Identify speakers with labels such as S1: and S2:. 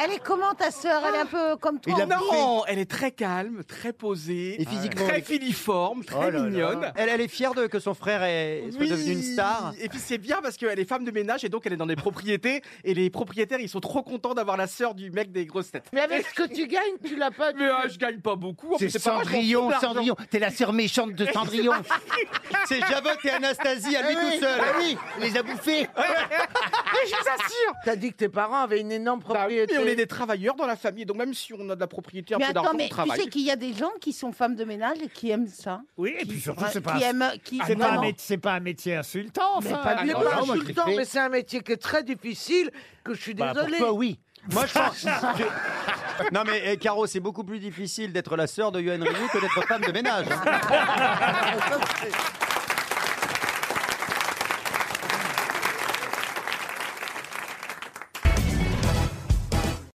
S1: Elle est comment ta sœur Elle est un peu comme toi.
S2: Il a
S1: en vie
S2: Oh Non, elle est très calme, très posée,
S3: Et physiquement,
S2: très
S3: elle est-
S2: filiforme, très
S3: Oh là là.
S2: mignonne.
S3: Elle, elle est fière de que son frère est soit
S2: Oui.
S3: devenu une star.
S2: Et puis c'est bien parce qu'elle est femme de ménage et donc elle est dans les propriétés. Et les propriétaires, ils sont trop contents d'avoir la sœur du mec des grosses têtes.
S4: Mais avec ce que tu gagnes, tu l'as pas.
S2: Mais ah, je gagne pas beaucoup. En
S5: C'est
S2: plus, pas mal, je m'en
S5: Cendrillon,
S2: fous de l'argent.
S5: Cendrillon. T'es la sœur méchante de Cendrillon.
S3: C'est Javotte et Anastasie à lui
S4: Eh oui,
S3: tout seul.
S4: eh
S3: oui, les a bouffés.
S2: Mais je vous assure.
S4: T'as dit que tes parents avaient une énorme
S2: Bah oui,
S4: propriété.
S2: mais on est des travailleurs dans la famille, donc même si on a de la propriété, un
S1: Mais
S2: peu
S1: attends,
S2: d'argent, on
S1: mais tu
S2: travaille.
S1: sais qu'il y a des gens qui sont femmes de ménage et qui aiment ça. Hein,
S6: Oui, et puis
S1: Qui-
S6: surtout,
S1: enfin,
S6: c'est pas,
S1: Qui aiment. Qui,
S6: c'est pas, un
S1: vraiment.
S6: mét- c'est pas un métier insultant,
S4: Mais
S6: enfin.
S4: pas
S2: Ah,
S4: du
S2: non,
S4: tout,
S2: non,
S4: tout
S3: moi,
S4: le
S3: je l'ai
S4: temps,
S3: fait.
S4: mais c'est un métier qui est très difficile, que je suis
S5: Bah,
S4: désolée.
S5: pourquoi oui
S3: Moi, je pense. non, mais eh, Caro, c'est beaucoup plus difficile d'être la sœur de Yoann Ryu que d'être femme de ménage. hein.